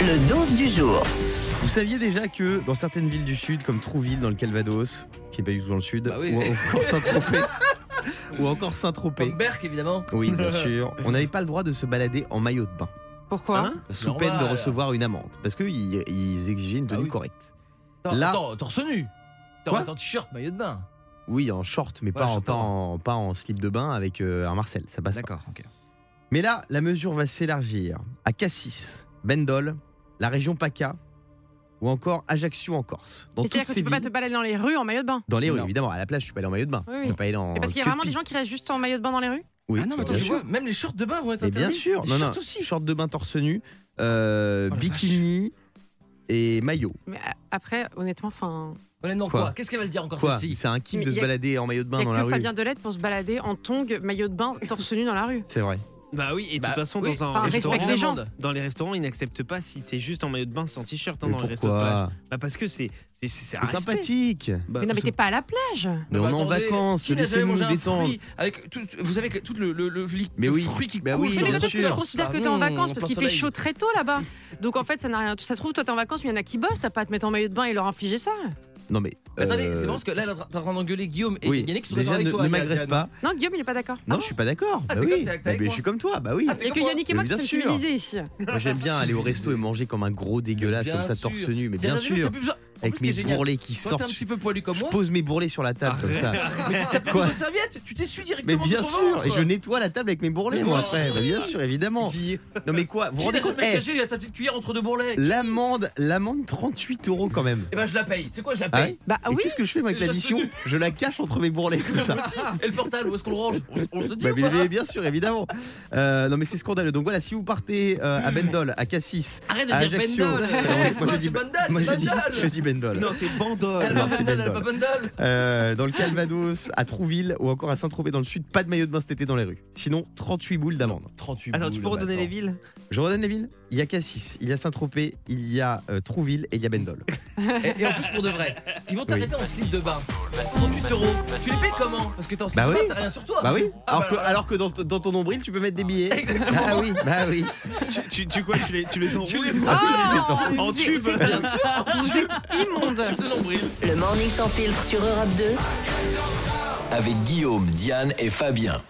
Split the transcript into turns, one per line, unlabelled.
Le 12 du jour.
Vous saviez déjà que dans certaines villes du sud, comme Trouville, dans le Calvados, qui est pas du tout dans le sud,
Bah oui.
ou encore Saint-Tropez, ou encore Saint-Tropez,
Comme Berck, évidemment.
oui, bien sûr, on n'avait pas le droit de se balader en maillot de bain,
Pourquoi
sous
Hein normal.
peine de recevoir une amende, parce qu'ils ils exigeaient une
Ah
tenue
oui.
correcte.
Attends,
Là-
attends, torse nu.
Quoi
Attends, attends, t-shirt, maillot de bain.
Oui, en short, mais
Ouais,
pas, en,
short,
pas,
pardon.
en, pas en slip de bain avec euh, un Marcel, ça passe pas.
D'accord, ok.
Mais là, la mesure va s'élargir à Cassis, Bendol, la région PACA, ou encore Ajaccio en Corse. Dans
Mais
toutes
C'est-à-dire
ces
que tu peux pas
villes,
te balader dans les rues en maillot de bain.
dans les rues,
Non.
évidemment, à la plage, je suis pas allé en maillot de bain.
Oui,
Je
oui.
suis pas allé en
Mais parce qu'il y a vraiment
kepi.
des gens qui restent juste en maillot de bain dans les rues
Oui,
ah non, mais attends,
bien
je
sûr.
vois, même les shorts de bain vont être
Mais
interdits.
bien sûr,
Les
non, non,
shorts aussi.
short de bain torse nu, euh,
Oh la
bikini et maillot.
Mais a- après, honnêtement, enfin,
Honnêtement,
Quoi
quoi Qu'est-ce qu'elle va le dire encore
Quoi
celle-ci
C'est un kiff
Mais
de
y
se
a-
balader en maillot de
il
bain
n'y
dans
a
la
que
rue.
Fabien Delette pour se balader en tongue, maillot de bain, torse nu dans la rue.
C'est vrai.
Bah oui, et de
Bah,
toute façon,
oui.
dans un
Enfin,
restaurant,
respecte les gens.
dans les restaurants, ils n'acceptent pas si t'es juste en maillot de bain sans t-shirt hein,
Mais
dans les restos de plage.
pourquoi
Bah parce que c'est c'est c'est un
C'est
respect.
sympathique.
mais non, mais t'es pas à la plage
Mais on est en
attendez,
vacances,
qui n'a jamais
laissez-nous
mangé
nous
un
détendre.
fruit avec tout, vous avez que- tout le, le, le, le-
Mais
le
oui,
fruit qui
bah
coule
oui,
sur
Mais
bien
le
peut-être que
t-shirt.
tu considères
Bah
que t'es en
Ah bon,
vacances
on
parce
plein
qu'il fait
soleil.
chaud très tôt là-bas. Donc en fait, ça n'a rien. Ça se trouve, toi t'es en vacances, mais il y en a qui bossent, t'as pas à te mettre en maillot de bain et leur infliger ça.
Non mais.
Mais Attendez,
euh,
c'est bon parce que là, elle est en train- t'es en train d'engueuler Guillaume et
Oui,
Yannick qui sont d'accord
déjà
avec
ne,
toi.
ne
Yann-
m'agresse
Yann.
pas.
Non, Guillaume, il est pas d'accord.
Non,
Ah
je suis pas
Ah,
d'accord. Bah
t'es
oui.
comme- t'es avec
Mais
moi.
je suis comme toi, bah oui.
Ah,
bon Il y a que
D'accord,
Yannick et
moi.
moi
Mais bien
qui sommes
sûr.
civilisés ici.
Moi j'aime bien aller au resto et manger comme un gros dégueulasse,
Bien
comme ça
sûr.
torse nu, mais
T'as
bien
raison, t'as
sûr.
plus besoin- en
Avec
plus, ce qui est
mes
génial,
bourrelets qui
Toi, t'es
sortent.
un petit peu poilu comme
Je
moi.
pose mes bourrelets sur la
Ah,
table comme ça.
Quoi une serviette, tu t'essuies
Mais
directement.
bien
sur ton
sûr,
ventre.
et je nettoie la table avec mes bourrelets,
Mais
moi,
bien
après. Bah, bien sûr, évidemment.
Qui
Non, mais quoi Vous vous
qui
rendez
n'a
compte
jamais
Eh,
caché il a sa petite cuillère entre deux bourrelets
L'amende, l'amende 38 euros quand même.
Eh ben, je la paye. Tu sais quoi, je la
Ah
paye.
Bah
Et
oui,
tu sais ce que je fais moi, avec
J'ai
l'addition
déjà
Je la cache entre mes bourrelets comme
Bah,
ça.
Et le portable, où est-ce qu'on le range On- On se le dit
Bah,
ou
mais-
pas hein
mais bien sûr, évidemment. Euh, non, mais c'est scandaleux. Donc voilà, si vous partez euh, à Bendol, à Cassis,
Arrête
à
de dire
Ajaccio,
Bendol
euh, ah, moi, je
Moi,
dis-
c'est Bandal,
moi,
c'est
je dis, je
Bandal
dis Bendol.
Non, c'est bandol.
Elle va
Non, c'est
Bandal, elle va
Bandol.
Bandal
Euh, dans le Calvados, à Trouville ou encore à Saint-Tropez dans le sud, pas de maillot de bain cet été dans les rues. Sinon, 38 boules d'amende.
38
bah, Attends, tu peux redonner les
vies
villes
Je redonne les villes. Il y a Cassis, il y a Saint-Tropez, il y a euh, Trouville et il y a Bendol.
Et et en plus, pour de vrai, ils vont t'arrêter en slip de bain. À 38 euros. Tu les payes comment Parce que t'es en slip
Bah
de bain,
oui.
t'as rien sur toi.
Bah oui.
Ah,
alors,
bah,
que,
voilà.
alors que dans, t- dans ton nombril, tu peux mettre des billets. Ah oui, bah oui.
tu, tu, tu quoi Tu les, tu les enroules
Tu les
c'est ça
Ah,
En
vous êtes-
tube.
vous êtes-
Bien sûr,
Vous êtes immonde.
sur le nombril.
Le morning sans filtre sur Europe 2.
Avec Guillaume, Diane et Fabien.